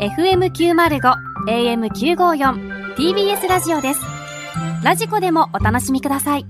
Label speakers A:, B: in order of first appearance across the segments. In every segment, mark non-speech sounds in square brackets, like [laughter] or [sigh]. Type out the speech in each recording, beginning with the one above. A: FM905 AM954 TBS ラジオですラジコでもお楽しみください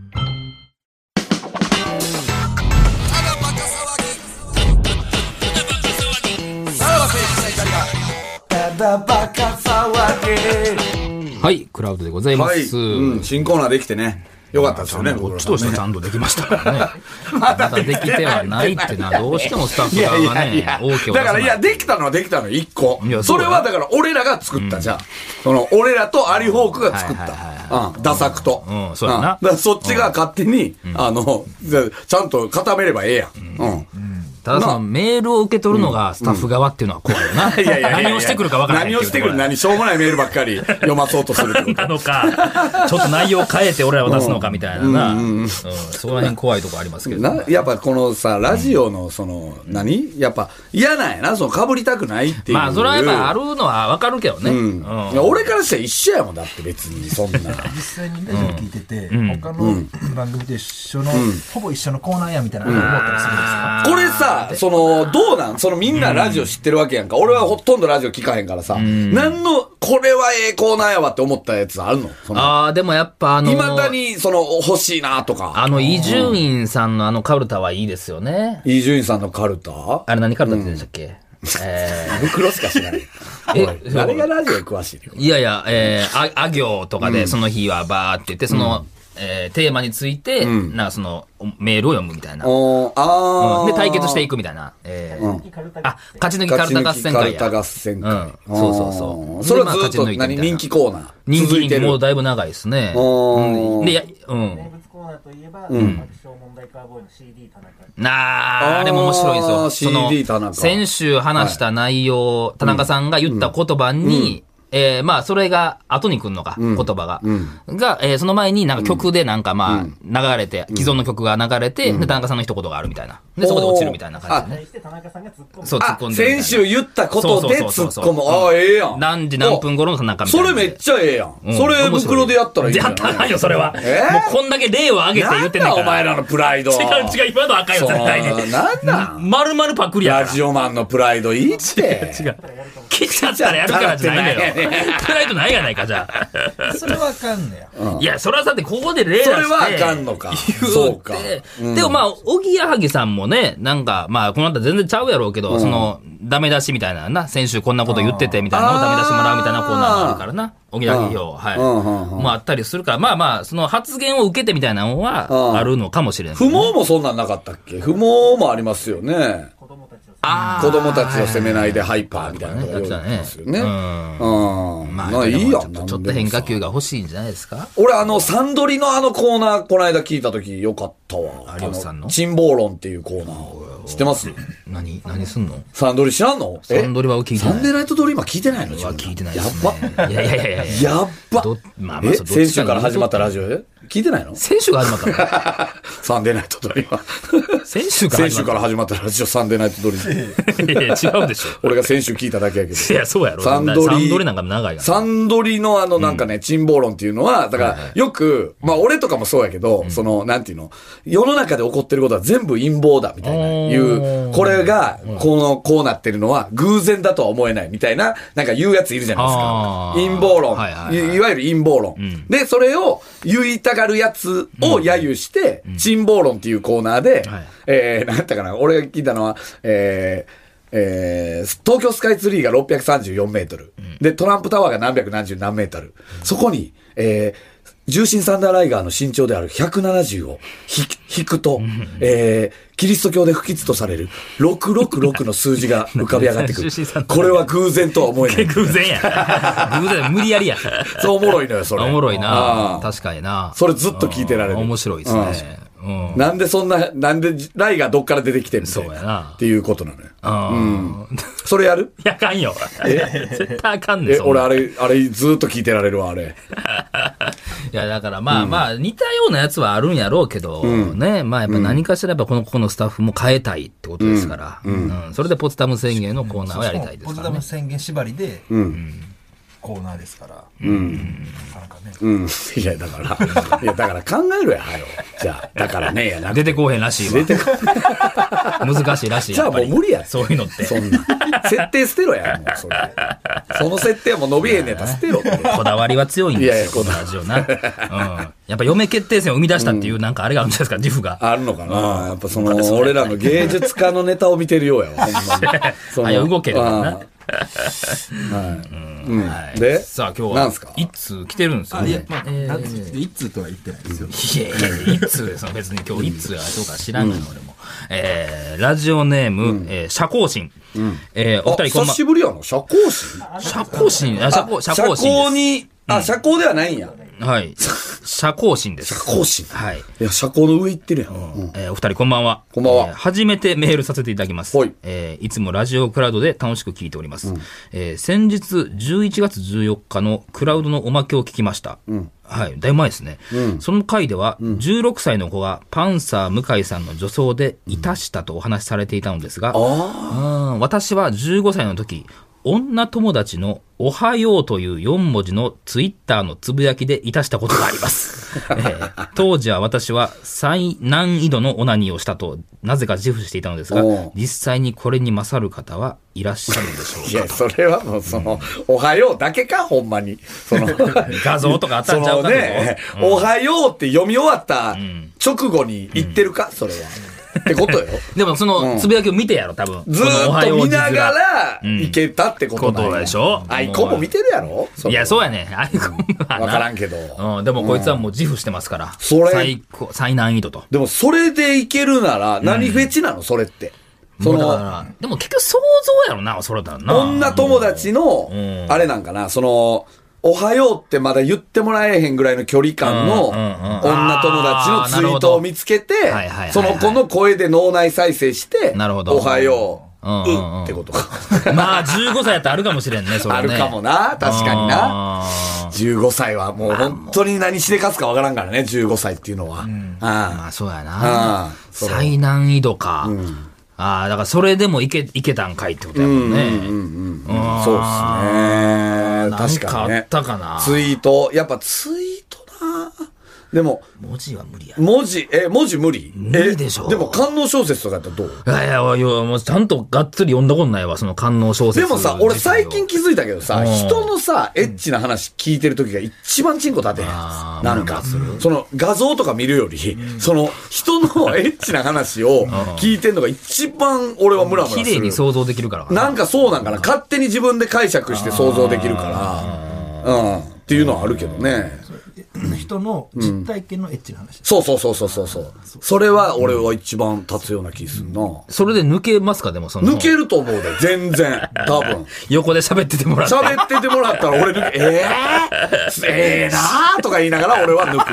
B: はい、クラウドでございま
C: はい、
B: す。
C: うん、新コーナーできてねよかったですよね
D: こっちとしてはちゃんとできましたからね。
B: [laughs] まだできてはないってな、どうしてもスタッフ側がね、OK を出
C: だか
B: さな
C: ら、
B: い
C: いや、できたのはできたの、一個
D: い。や
C: そ
D: そう
C: れ
D: だよ
C: はだから、俺らが作ったじゃん。その、俺らとアリフォークが作っ
D: はいはいはい
C: た。うん、ダサくと。
D: うんうんそうやなん
C: だからそっちが勝手に、あの、じゃあちゃんと固めればええやん。うん。
B: ただそのメールを受け取るのがスタッフ側っていうのは怖いよな。
C: いやいやいやいや
B: 何をしてくるか分からない。
C: 何をしてくる何、しょうもないメールばっかり読まそうとするってこと
D: なの
B: [laughs]
D: か、ちょっと内容変えて俺ら渡すのかみたいなな。うん、そこら辺怖いとこありますけど。
C: なやっぱこのさ、ラジオのその、何やっぱ嫌なんやな、その被りたくないっていう。
B: まあ、それはやっぱあるのは分かるけどね。うん
C: いや俺からしたら一緒やもん、だって別に、そんな。
B: [laughs]
E: 実際にラジオ聞いてて、他の番組と一緒の、ほぼ一緒のコーナーやみたいなの思ったりするんですか、
C: これさ、その、どうなんそのみんなラジオ知ってるわけやんか。俺はほとんどラジオ聞かへんからさ。何の、これはええコーナーやわって思ったやつあるのその、
B: ああ、でもやっぱあの
C: いまだに、その、欲しいなと
B: あ
C: か。
B: の、伊集院さんのあのカルタはいいですよね。
C: 伊集院さんのカルタ
B: あれ何カルタって言うんでしたっけ、え
C: 袋しか知らない。[laughs]
B: え
C: おい誰がラジオに詳しいの
B: ーいやいや、えー、あ、あ行とかで、その日はバーって言って、その、えーテーマについて、なんかその、メールを読むみたいな。
C: おーあー
B: で、対決していくみたいな。えーあ、勝ち抜きカ
C: 勝
B: ル
C: ち抜
B: タ合
C: き
B: 戦
C: カ
B: 会
C: ル
B: や。
C: タ合戦会。
B: うんそうそうそう
C: あーそれはずっ
B: でまあ勝ち
C: と
B: 抜いてみたい
C: 何
B: な
C: 人気コーナー
B: 人
C: 続いて
B: 気
C: る
B: もうだいぶ長いですね。
C: おー
B: うんで、や、うん。
F: 物コーナーといえば、爆笑問題カーボーイの CD 田中
B: なあ、
C: あー
B: あれも面白いんですよ。
C: CD
B: そ
C: 田中
B: の、先週話した内容、田中さんが言った言葉に、えーまあ、それが、後に来るのか、言葉が。が、えーその前になんか曲でなんかまあ、流れて、既存の曲が流れて、で、田中さんの一言があるみたいな。で、そこで落ちるみたいな感じでね。
F: 対して田中さんが突っ込む
B: そう、突っ
C: あ
B: 込ん、でるみたい
C: 先
B: な。
C: 週言ったことで
B: そ
C: 突
B: う
C: っ
B: そうそう
C: 込
B: そ
C: む。
B: う
C: ああ、ええやん。
B: 何時何分頃の田中みたい
C: そ
B: な。
C: れめっちゃええやん。
B: うん
C: それ袋でやったらいいんじ
B: や
C: ゃ
B: っ
C: ん
B: たらあかんよ、それは。
C: えー
B: もうこんだけ例を挙げて言ってんねん
C: なん
B: か
C: だお前らのプライド。違
B: ら。違う違う、今の赤いよ、絶対に。
C: なんなん
B: まるまるパクリやから
C: ラ。ジオマンのプライドいいって。
B: 違う。切っちゃったらやるからじゃないのよ。プライドないやないか、じゃ
E: それはあかんねや。
B: あ。いや、それはさて、ここで例出して
C: それはあかんのか
B: 言て
C: そうか
B: でもまあ、おぎやはぎさんもね、なんか、まあ、この後全然ちゃうやろうけど、その、ダメ出しみたいなのな、先週こんなこと言っててみたいなのをダメ出しもらうみたいなコーナーもあるからな。おぎやはぎ票、はい。
C: うんうん
B: もあったりするから、まあまあ、その発言を受けてみたいなの
C: うん
B: は、あるのかもしれない。
C: 不毛もそんなんなかったっけ不毛もありますよね。
B: あー
C: 子供たちを責めないでハイパーみたいなのが
B: やってた
C: あり
B: ね
C: ますよね。う
B: うん
C: ん。
B: ま
C: ま
B: あ、
C: あいい
B: でも
C: や
B: ちょっ
C: ん。なん
B: と
C: でも
B: ちょっと変化球が欲しいんじゃないですか
C: 俺あの、サンドリのあのコーナー、この間聞いた時よかったわ。
B: 有吉さんの
C: あ沈謀論っていうコーナー。知ってます
B: 何、何すんの
C: サンドリ知らんの
B: サンドリは聞いて
C: サ
B: な
C: ン
B: い。
C: デーナイトドリーマー聞いてないの自
B: は
C: 分
B: 聞いてないです
C: や
B: ね
C: っ。
B: いやいやいやいやいや。
C: やっば
B: どまあまあ
C: え
B: そうどっちかに
C: 先週から始まったラジオで聞いてないの
B: 選手が始まっ
C: [laughs]
B: たの
C: サンデーナイトドリーマー。
B: 先 [laughs] 週から
C: 先
B: 始
C: 週
B: ま
C: か
B: っ
C: ら始まったラジオサンデーナイトドリーマー。
B: た。いやい
C: [laughs]
B: や、違うでしょ。
C: 俺が先週聞いただけやけど。
B: [laughs] いや、そうやろ。
C: サンドリ
B: サンドリなんか長いから。
C: サンドリのあのなんかね、沈謀論っていうのは、だからよく、まあ俺とかもそうやけど、その、なんていうの、世の中で起こってることは全部陰謀だみたいな、
B: おー
C: いう、これが、この、こうなってるのは偶然だとは思えないみたいな、なんか言うやついるじゃないですか
B: あ。ー
C: 陰謀論、
B: はいはい
C: い
B: はい
C: いわゆる陰謀論、で、それを言いたがるやつを揶揄して、沈謀論っていうコーナーで、
B: はい
C: えー、なんやったかな、俺が聞いたのは、えー、えー、東京スカイツリーが634メートル。で、トランプタワーが何百何十何メートル。そこに、えー、重心サンダーライガーの身長である170をひ引くと、えー、キリスト教で不吉とされる666の数字が浮かび上がってくる
B: [laughs] 重心サン。ダー
C: こ
B: ライガ
C: れ
B: ー
C: は偶然とは思えない。
B: 偶然や。偶然、無理やりや。
C: そうおもろいのよ、それ。
B: おもろい
C: あ
B: な。
C: ー
B: 確かにな。
C: それずっと聞いてられる。
B: 面白いですね。うん。
C: なんでそんな、なんでライがどっから出てきてる
B: そうやな
C: っていうことなのよ。
B: うん。
C: それやる
B: いや、あかんよ。絶対あかんねん
C: え、
B: そん
C: 俺
B: な
C: あれ、あれずっと聞いてられるわ、あれ。
B: いや、だからまあまあ、似たようなやつはあるんやろうけど、ね、まあやっぱ何かしらやっぱこの、ここのスタッフも変えたいってことですから、うん。それでポツダム宣言のコーナーをやりたいです
E: ポ
B: か
E: ツ
B: ら
E: ダ
B: ね
E: ム。宣言縛りで、コーナーですから、なかなかね、
C: うん。 [laughs] いや、だから、いや、だから考えろや、はよ。じゃあ、だからね、やなく
B: 出
C: て。
B: てこうへんらしいわ。 [laughs] 難しいらしい。
C: じゃあ
B: やっぱり
C: もう無理や
B: そういうのって。
C: そんなん。設定捨てろや、もう、それ。その設定はもう伸びへんねやったら捨てろって。
B: こだわりは強いん
C: いやい
B: で
C: や
B: すよ、
C: こ
B: こ
C: だ
B: のラジオな。うん。やっぱ嫁決定戦を生み出したっていう、なんかあれがあるんじゃないですか、自負が。
C: あるのかなやっぱその、俺らの芸術家のネタを見てるようや [laughs] わ、ほんまにその。
B: 早動けるからな
C: ああはい。うん
B: はい
C: で、
B: さあ今日は、
C: なんすか
B: 一通来てるんですよ。
E: あいや
B: ね、
E: まあ、なんていうんですか一通とは言ってないですよ。
B: いやいやいや、一通ですよ。別に今日一通やそうか知らんから、俺も。えー、ラジオネーム、えー社交心。えー、お
C: あ、
B: 二人こ
C: 久
B: んばん
C: しぶりやの社交心
B: 社交心、あ社交、社
C: 社
B: 交心
C: 交に、あ、社交ではないんや。
B: です。はい。社交心です。
C: 社交心。
B: はい。
C: いや、社交の上行ってるやん。うん
B: えーお二人こんばんは。
C: こんばんは
B: えー初めてメールさせていただきます。
C: ほい
B: えーいつもラジオクラウドで楽しく聞いております。えー先日11月14日のクラウドのおまけを聞きました。はい。だいぶ前ですね。その回では、16歳の子がパンサー向井さんの女装でいたしたとお話しされていたのですが、うん私は15歳の時、女友達のおはようという4文字のツイッターのつぶやきでいたしたことがあ
C: [laughs]
B: ります。えー当時は私は最難易度のオナニーをしたと、なぜか自負していたのですが
C: おう、
B: 実際にこれに勝る方はいらっしゃるんでしょ
C: いう
B: か
C: や、それはもうその、おはようだけか、ほんまに。そ
B: [laughs]
C: の、
B: 画像とかあっ
C: [laughs]
B: た
C: そ
B: んちゃ
C: の
B: うか
C: ね、おはようって読み終わった直後に言ってるか、それは。ってこと
B: [laughs]
C: よ。
B: でもそのつぶやきを見てやろ、多分。
C: ずーっ
B: その
C: と
B: おはよう
C: 見
B: 字面
C: ながら、いけたってことなんや
B: ことでしょ
C: アイコンも見てるやろ
B: いや、そう
C: や。
B: やね。アイコンはな
C: わからんけど。
B: うん、でもこいつはもう自負してますから。
C: それ
B: 最高、最難易度と。
C: でも、それでいけるなら、何フェチなのそれって。そ
B: もうだか
C: の、
B: ら、でも結局想像やろな、それだな。
C: 女友達の、あれなんかな、その、おはようってまだ言ってもらえへんぐらいの距離感の
B: うんうんうん
C: 女友達のツイートを見つけて
B: あーなるほどはいはいはいは、い
C: その子の声で脳内再生して、
B: なるほど
C: おはよう、
B: うんうんうん
C: うってことか。
B: [laughs]
C: [laughs]
B: まあ、15歳やったらあるかもしれんね、それね。
C: あるかもな、確かにな。
B: あー。
C: 15歳はもう本当に何しでかすかわからんからね、15歳っていうのは。
B: ま
C: あ
B: あ、そうや
C: あ
B: な
C: ー。それは
B: 最難易度か。ああ、だからそれでもいけ、いけたんかいってことやもんね。
C: あそうですね。確かに
B: な
C: ね
B: んかあっ。たかな。
C: ツイート、やっぱツイートなでも、
B: 文字は無理や。
C: 文字、え、文字無理
B: 無理でしょ
C: えでも、観音小説とかやったらどう
B: いやいや、いやもうちゃんとがっつり読んだことないわ、その官能小説。
C: でもさ、俺最近気づいたけどさ、
B: うん
C: 人のさ、エッチな話聞いてる時が一番チンコ立てへんや
B: あ
C: つ。な
B: ー
C: んか、その画像とか見るより、その人のエッチな話を聞いてんのが一番俺はムラムラす
B: 綺
C: る。
B: 麗に想像できるから
C: なんかそうなんかな。勝手に自分で解釈して想像できるから、うん。っていうのはあるけどね。
E: 人の実体験のエッチな話。
C: そうそうそうそうそうそう。それは俺は一番立つような気するな。
B: それで抜けますか、でもその。
C: 抜けると思うで、全然。多分。
B: 横で喋っててもらって。
C: 喋っててもらったら俺抜け、えー、ええなーとか言いながら俺は抜く。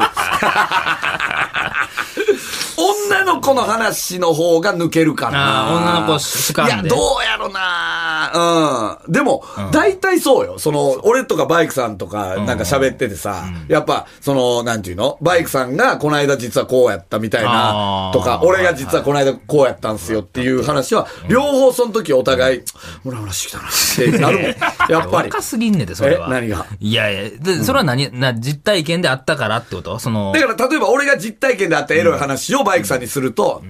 C: 女の子の話の方が抜けるかな。
B: あー女の子主観で
C: いや、どうやろなうん。でも、大体そうよ。その、俺とかバイクさんとかなんか喋っててさ、やっぱ、その、なんていうのバイクさんがこの間実はこうやったみたいな
B: あー
C: とか、俺が実はこの間こうやったんすよっていう話は、両方その時お互い、ムラムラしてきたなってなるもん。 [laughs] やっぱり。
B: 若すぎんねんで、それは。
C: え何が
B: いやいや、で、それは何、な、実体験であったからってことその、
C: だから、例えば俺が実体験であったエロい話をバイクさんにすると、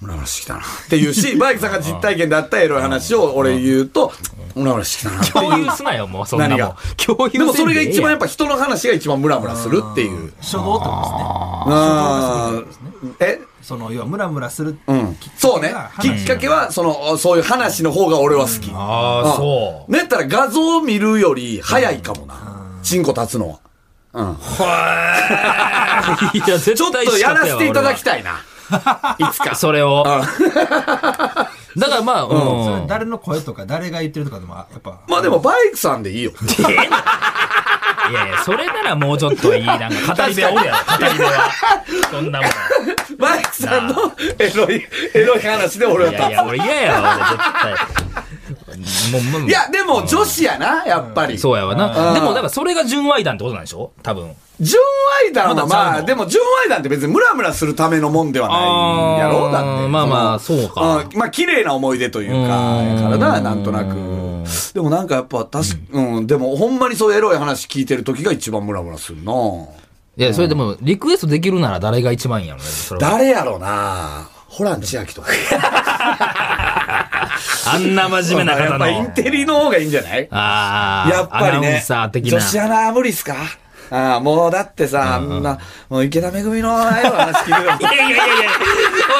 C: ムラムラしてきたなって言う [laughs] し、バイクさんが実体験であったエロい話を俺言うと、ムラムラしてきたなって
B: 共
C: いう
B: 有。すなよ、もう、そんなも
C: 何
B: ん
C: が。
B: 共有
C: でもそれが一番やっ
B: っ
C: ぱ人の話が一番ムラムラするっていう。
E: 初動ってことですね。
C: あーえ
E: その、要はムラムラする
C: うん。そうね。きっかけは、その、そういう話の方が俺は好き。
B: ああ、そう。
C: ねったら画像を見るより早いかもな。チンコ立つのは。 [laughs]
B: いや、絶対
C: ちょっとやらせていただきたいな。
B: いつか。それを。 [laughs] だからまあ、
E: それ
B: うん。
E: 誰の声とか誰が言ってるとかでもやっぱ
C: まあでもバイクさんで [laughs] いいよ。
B: いやいや、それならもうちょっといい。なんか、語り部おるやろ、語り部は。そんなもん。
C: マイクさんのエロい、 [laughs] エロい話で [laughs] 俺はい立
B: やいや、俺嫌やわ、俺絶対。もう、もう
C: つ。いや、でも女子やな、やっぱり。
B: そうやわな。
C: ん
B: でも、だからそれが純愛団ってことなんでしょ多分。
C: 純愛団は
B: まだちゃうの
C: まあ、でも純愛団って別にムラムラするためのもんではないやろ
B: あー
C: だって。
B: まあまあそうか
C: うんまあ、綺麗な思い出というか、
B: うん
C: やからな、なんとなく。でもなんかやっぱ確か、うん、でもほんまにそういうエロい話聞いてる時が一番ムラムラするな。
B: いや、それでも、リクエストできるなら誰が一番いいんやろね。それは
C: 誰やろうなホラン千秋とか。
B: あんな真面目な
C: や
B: 方
C: っぱイン
B: の。
C: テリの方がいいんじゃない
B: ああ、
C: やっぱり
B: アナウ
C: ね
B: ンサー、的
C: 女
B: な。
C: 子アナは無理っすかああ、もうだってさ、あんな、もう池田めぐみのああいう話聞いてるもん
B: いやいやいやいや。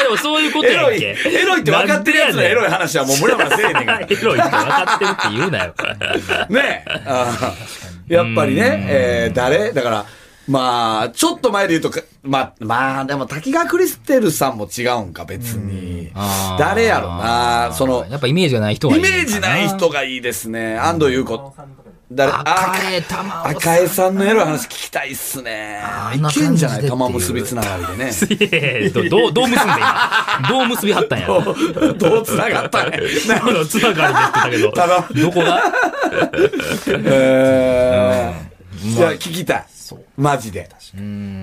B: あでもそういうこと
C: エ
B: や
C: ロ
B: ん
C: い、
B: け。
C: エロいって分かってるやつのエロい話はもうムラムラせえへんねん
B: [laughs]
C: から。
B: エロいって分かってるって言うなよ。
C: ねえ。あーやっぱりね、えー誰だから、まあ、ちょっと前で言うとか、まあ、まあ、でも、滝川クリステルさんも違うんか、別に。誰やろな、その、
B: やっぱイメージがない人は
C: イ
B: いいの
C: メー
B: か
C: ジない人がいいですね。安藤優子。誰
B: 赤江玉緒
C: 赤江さんのエロい話聞きたいっすね。
B: んない
C: けんじゃな
B: 感じでって
C: い
B: いう
C: 玉結びつながりで
B: [laughs]
C: ね。
B: いやどどう、どう結んで今。どう結びはっ
C: [laughs]
B: たんやろ。
C: どうつながった [laughs] ね。
B: 今のつながりで言って
C: ただ
B: たけど。どこが
C: えーいや、聞きたい。マジで。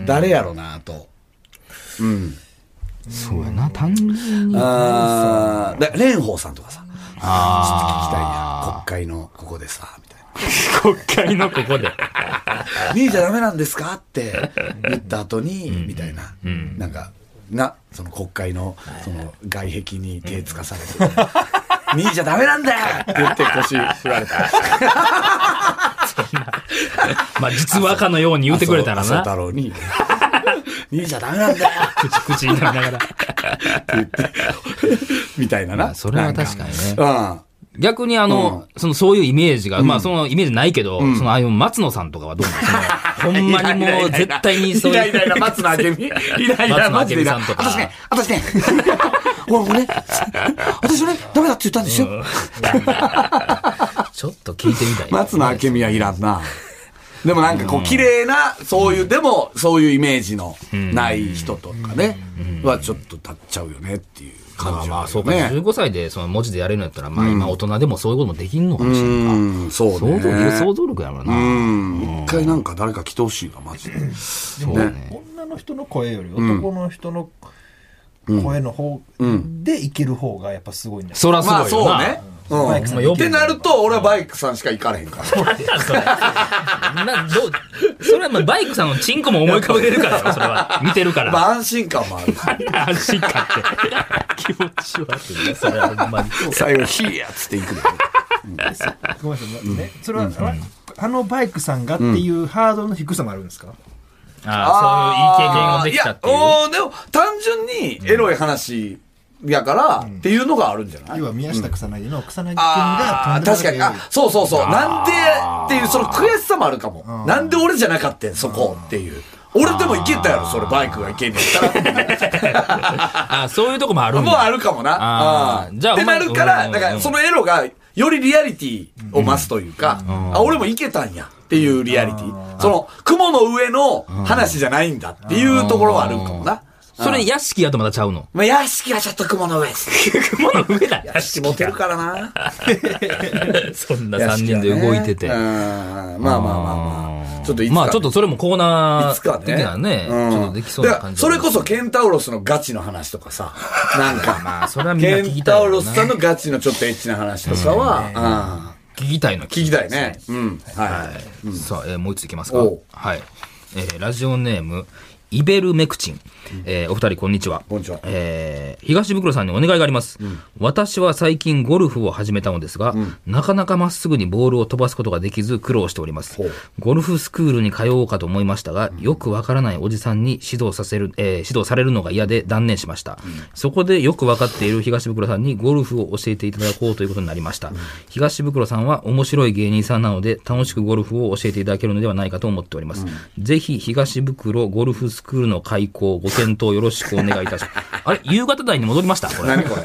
C: 誰やろなと。
B: そうやな、単純に。
C: あーだから蓮舫さんとかさ、聞きたいやん
B: ああ。
C: 国会のここでさ、みたいな。
B: 国会のここで。
C: 脱いじゃダメなんですか
B: [laughs]
C: って言った後に、みたいな。なんか、な、その国会の、その外壁に手つかされて。脱いじゃダメなんだよって言って腰振られた。
B: まあ、実話かのよう [laughs] に言ってくれたら
C: 麻生
B: な
C: 太。郎に。 [laughs] 脱いじゃダメなんだよ
B: 口、 [laughs] 口になりながら。
C: みたいなな。
B: それは確かにね。
C: うん。
B: 逆にあの、その、そういうイメージが、まあ、そのイメージないけど、その、ああいう松野さんとかはどう
C: [laughs]
B: なのほんまにもう、絶対にそう
C: い
B: いう。
C: ないいないな、松野明美。いないいない、
B: 松野
C: マジでいない
B: 明美さんとか
C: 私ね、私ね、
B: [laughs]
C: 俺もね、私はね、ダメだって言ったんですよ。
B: [laughs] ちょっと聞いてみたい。
C: 松野明美はいらんな。でもなんかこう、綺麗な、そういう、でも、そういうイメージのない人とかね、はちょっと立っちゃうよねっていう感
B: まあ
C: じ
B: ま
C: は
B: あ、そうか、
C: ね。
B: 15歳でその文字でやれるんやったら、まあ今大人でもそういうこともできんのかもしれ
C: う
B: ない。
C: ん、そう
B: 想像力、想
C: ね。
B: 像力やろ
C: う
B: な。
C: ん、一回なんか誰か来てほしいな、マジで。
E: でも、女の人の声より男の人の声の方でいける方がやっぱすごいんだよ、
B: そらす
C: まあ
B: ごいよ
C: そう
B: な
C: ね。。うん。ってなると、俺はバイクさんしか行かれへん
B: [laughs]
C: から。
B: [laughs] な、どう、それはまあバイクさんのチンコも思い浮かべれるからよそれは。見てるから。
C: ま
B: [laughs]
C: あ安心感もあるし。
B: 安心感って。
C: [laughs]
B: 気持ち悪いね、それはほんまに。
C: 最後、ヒーやっつって行くの
B: [laughs]
C: よ。
E: ごめんなさい、ね、それは、あのあのバイクさんがっていうハードルの低さもあるんですか、
B: ああ、そういういい経験ができたってい
C: や
B: う。
C: おーでも、単純にエロい話やから、っていうのがあるんじゃない、
E: 要は宮下草薙の草薙君
C: あ
E: が
C: あ、確かに。あ、そうそうそう。なんでっていう、その悔しさもあるかも。なんで俺じゃなかったん、そこっていう。俺でも行けたやろ、それ、バイクが行けんね
B: [laughs]
C: やった
B: ああ、そういうとこもある
C: ら。
B: ん
C: もうあ
B: だ。
C: るかもな。
B: あー
C: うん
B: じゃあ
C: ってなるから、
B: うん
C: だから、そのエロが、よりリアリティを増すというか、あ、俺も行けたんや。っていうリアリティ。その、雲の上の話じゃないんだっていうところはあるんかもな。
B: それ屋敷やとまたちゃ
C: [laughs]
B: うの。
C: まあ、屋敷はちょっと雲の上です。
B: 雲の上 [laughs] だ。
C: 屋敷モテるからな。
B: [laughs] そんな3人で動いてて。
C: 屋敷はねうんまあまあまあまあ。ちょっといつか。
B: まあちょっとそれもコーナ
C: いつか
B: ー
C: ね。
B: 的なね、ち
C: うん
B: ょっとできそうな
C: だか
B: 感
C: ら
B: じ。
C: それこそケンタウロスのガチの話とかさ。 [laughs] なんか、
B: まあそれはみんな
C: ケ
B: 聞
C: ン
B: きた
C: タ
B: い
C: ウ
B: よ
C: ロ
B: な
C: スさんのガチのちょっとエッチな話とかは、
B: 聞きたいの。
C: うん聞きたいね。うん。は
B: はい。さあ、えーもう一ついきますか
C: おう。
B: はい。えーラジオネーム、イベルメクチン。えーお二人こんにちは。
C: こんにちは
B: えー東袋さんにお願いがあります。私は最近ゴルフを始めたのですが、なかなかまっすぐにボールを飛ばすことができず苦労しております
C: ほう。
B: ゴルフスクールに通おうかと思いましたが、よくわからないおじさんに指導させる、えー指導されるのが嫌で断念しました。そこでよくわかっている東袋さんにゴルフを教えていただこうということになりました。東袋さんは面白い芸人さんなので、楽しくゴルフを教えていただけるのではないかと思っております。ぜひ、東袋ゴルフスクールの開校、ご検討よろしくお願いいたします。あれ夕方台に戻りましたこ
C: い。何
B: れ。
C: これ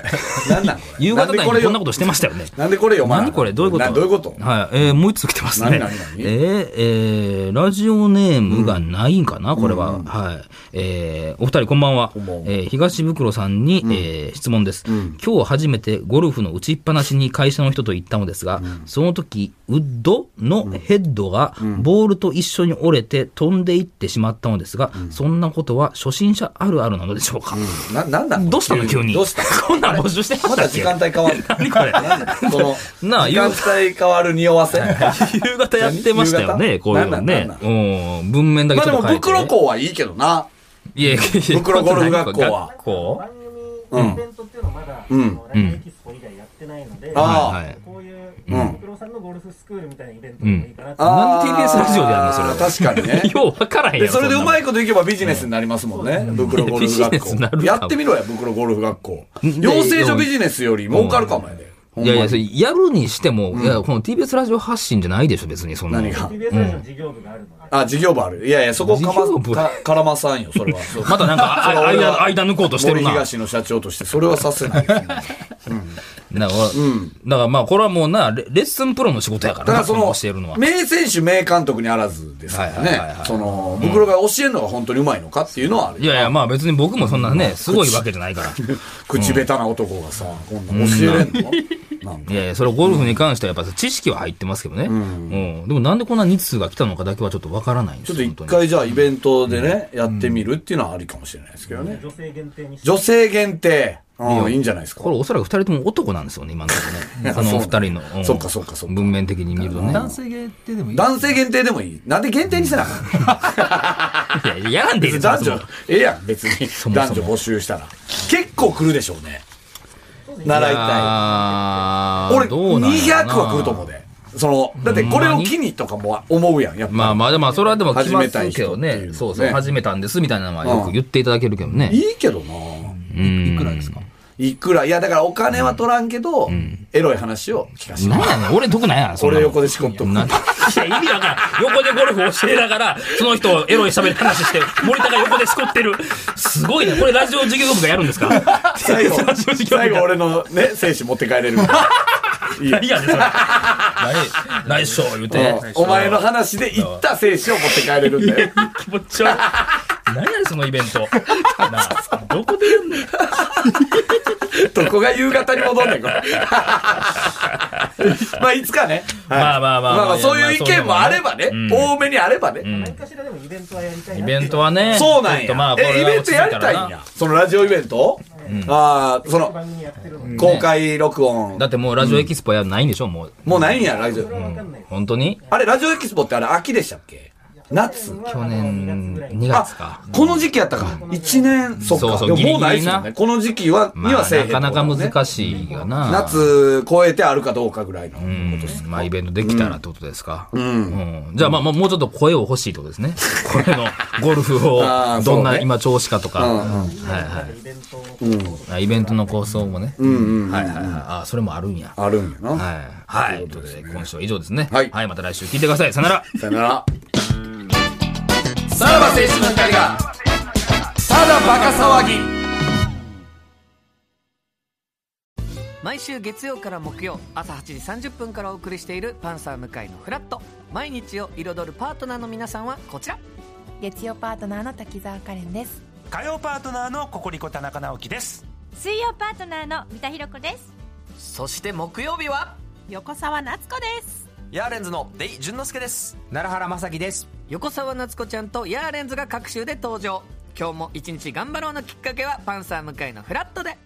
C: 何 [laughs] なんこれ
B: 夕方台にこんな
C: と
B: ことしてましたよね。
C: [laughs] なんでこれ読まな
B: 何これどういうこと
C: などういうこと
B: はい。えー、もう一つ来てますね。
C: 何何何
B: えーえーラジオネームがないんかな、これは、はい。えーお二人こんばんは。
C: んばんは
B: えー東袋さんに、えー質問です、今日初めてゴルフの打ちっぱなしに会社の人と行ったのですが、その時、ウッドのヘッドがボールと一緒に折れて飛んでいってしまったのですが、そんなことは初心者あるあるなのでしょうか。
C: な、なんなん
B: どうしたの急に。
C: どうした
B: [laughs] こんなん募集して
C: ま
B: ました
C: だ
B: っ
C: 時
B: け
C: 間帯変わる。 [laughs]
B: 何これ。
C: この、
B: なあ
C: 時間帯変わる匂わせ。 [laughs]
B: [laughs] 夕方やってましたよ
C: 夕
B: ね、
C: 方
B: こういうの
C: なん
B: ね
C: なん。
B: うん、文面だけ
C: まあ
B: ち
C: でも、
B: ょっと変えて。
C: 袋校はいいけどな。
B: いやいやい
C: [laughs]
B: や
C: 袋ゴルフ学校は
B: 学校
F: 番組のイベントっていうのはまだ、
C: うん
F: そのライブエキスポ以外やってないので、
C: あ
B: はいはい
F: こういう、
C: うん
F: イクロさんのゴルフスクールみたいなイベントでもいいかなって、
B: なんで TBS ラジオでやんのそれ
C: あー確かにね
B: [laughs] 。よう分からへん
C: で
B: やん。
C: それでうま
B: い。
C: いこといけばビジネスになりますもんね。袋ゴルフ
B: ビジネ
C: 学
B: スになるか
C: 校。
B: も
C: やってみろや、袋ゴルフ学校。
B: んで
C: 養成所ビジネスより儲かるかもやで。ほん
B: い
C: まに
B: やいや、それやるにしても、いや、この TBS ラジオ発信じゃないでしょ、別に、そんなの。
C: 何が
F: TBS ラジオの事業部があるので、
C: あ、事業部ある。いやいや、そこか
B: 事業部
C: ま、かからまさんよ、それは。
B: [laughs] またなんか、
C: それは
B: あ
C: 俺
B: 間、
C: は
B: 間抜こうとしてるな。
C: 森東の社長として、それはさせ
B: [laughs]
C: ない。だか
B: だから、だからまあ、これはもうな、レレッスンプロの仕事やからな、
C: らその
B: 教えるのは、。
C: 名選手、名監督にあらずですから
B: はいはいはい
C: ね
B: は。い
C: その、袋が教えるのが本当にうまいのかっていうのはあるよ
B: いやいや、まあ別に僕もそんなね、すごいわけじゃないから。
C: 口下手な男がさ、こんなん教えれんのなんか
B: いやいや、それゴルフに関してはやっぱ知識は入ってますけどね。うん。でもなんでこんな日数が来たのかだけはちょっとわからないんで
C: ち
B: す
C: ょっと一。
B: よ
C: 回じゃあイベントでね、やってみるっていうのはありかもしれないですけどね。
F: 女性限定にして
C: 女性限定。うん、いいんじゃないですか
B: こ。れおそらく二人とも男なんですよね、今のとこ
C: [laughs]
B: ね。このお二人の。うん
C: そっかそっかそっか
B: 文面的に見るとね。
D: 男性芸ってでもいい
C: 男性限定でもいい。なんで限定にせ
B: [laughs]
C: なあかん
B: いやいや、やらんでいい
C: 別
B: で
C: に
B: すよ
C: 男女、ええやん、別に。男女募集したら。結構来るでしょうね。習いたい。
B: あー
C: 俺、
B: どうなんや
C: 200
B: ろな
C: は来ると思うで。その、だってこれを機にとかも思うやん、やっぱ。
B: まあまあ、でもそれはでも来ますけど
C: 始めたい人っていうのも
B: ね。
C: ね
B: そうそう、始めたんですみたいなのはよく言っていただけるけどね。
C: いいけどな
B: うん
D: いくらですか
C: いくら、いやだからお金は取らんけど、エロい話を聞かせて。
B: なんやねん、俺得なんや、そん
C: 俺
B: なの
C: 横で仕込んとく。
B: な [laughs] いや、意味わからん。横でゴルフ教えながら、その人をエロい喋り話して、森田が横でしこってる。すごいね。これラジオ授業部がやるんですか
C: 最後
B: ラジオ、授業部が
C: 最後俺のね、精子持って帰れるみたい [laughs] な。いいよ
B: いやね、それ。ない、ないっしょ、言うて。
C: お前の話で言った精子を持って帰れるんだよ。
B: 気持ち悪い。何やねん、そのイベン
C: [laughs]
B: ト。なあ、どこでやんねん。
C: どこが夕方に戻んねん、こ [laughs] れ。まあ、いつかね。はい
B: まあまあまあ
C: まあ
B: まあ
C: そういう意見もあればね。多めにあればね。
F: 何かしらでもイベントはやりたい
B: イ
F: なってい
B: ベ
F: う
B: ントはね。
C: そうなん
B: ちょっと
C: や。
B: まあ、こ
C: え、
B: れ
C: イ
B: が
C: ベ
B: 落
C: ント
B: ち着い
C: や
B: た
C: りたい
B: ら
C: ん
B: な
C: や。。そのラジオイベントああ、その、
F: 番組やってるので、
C: 公開録音
B: だ。ってもうラジオエキスポやないんでしょ、もう。
C: もうないんや、ラジオ。
F: それはわかんないです。
B: 本当に
C: あれ、ラジオエキスポってあれ、秋でしたっけ夏
B: 去年2
F: に
B: 月か。
C: この時期やったか。一年、そっ
B: そう
C: か。
B: そ
C: で
B: う
C: も
B: ギリ
C: も
B: ギリ
C: う
B: な
C: ないですよね。この時期は、に
B: ま
C: は
B: あ、
C: せえへ
B: なんかなか
C: ってことね
B: 難しいがな。
C: 夏超えてあるかどうかぐらいの。
B: うんまあ、イベントできたらってことですか。うんじゃあ、まあ、もうもうちょっと声を欲しいってことですね。声のゴルフ
C: [laughs]
B: を
C: あー、そう
B: ど
C: ね
B: んな今調子かとか。はい
F: イベントを
B: あイベントの構想もね。はいはいはい。あ、それもあるんや。
C: あるんやな。
B: はい。はい。ということで、今週は以上ですね。
C: はい
B: はい。また来週聞いてください。さよなら。
C: さよなら。さらば青春の光が、ただバカ騒ぎ。
G: 毎週月曜から木曜朝8時30分からお送りしている「パンサー向井のフラット」毎日を彩るパートナーの皆さんはこちら
H: 月曜パートナーの滝沢カレンです
I: 火曜パートナーのココリコ田中直樹です
J: 水曜パートナーの三田寛子です
G: そして木曜日は
H: 横澤夏子です
I: ヤーレンズのデイ純之介です奈良原正樹です
G: 横澤夏子ちゃんとヤーレンズが各週で登場今日も一日頑張ろうのきっかけは「パンサー向井のフラットで」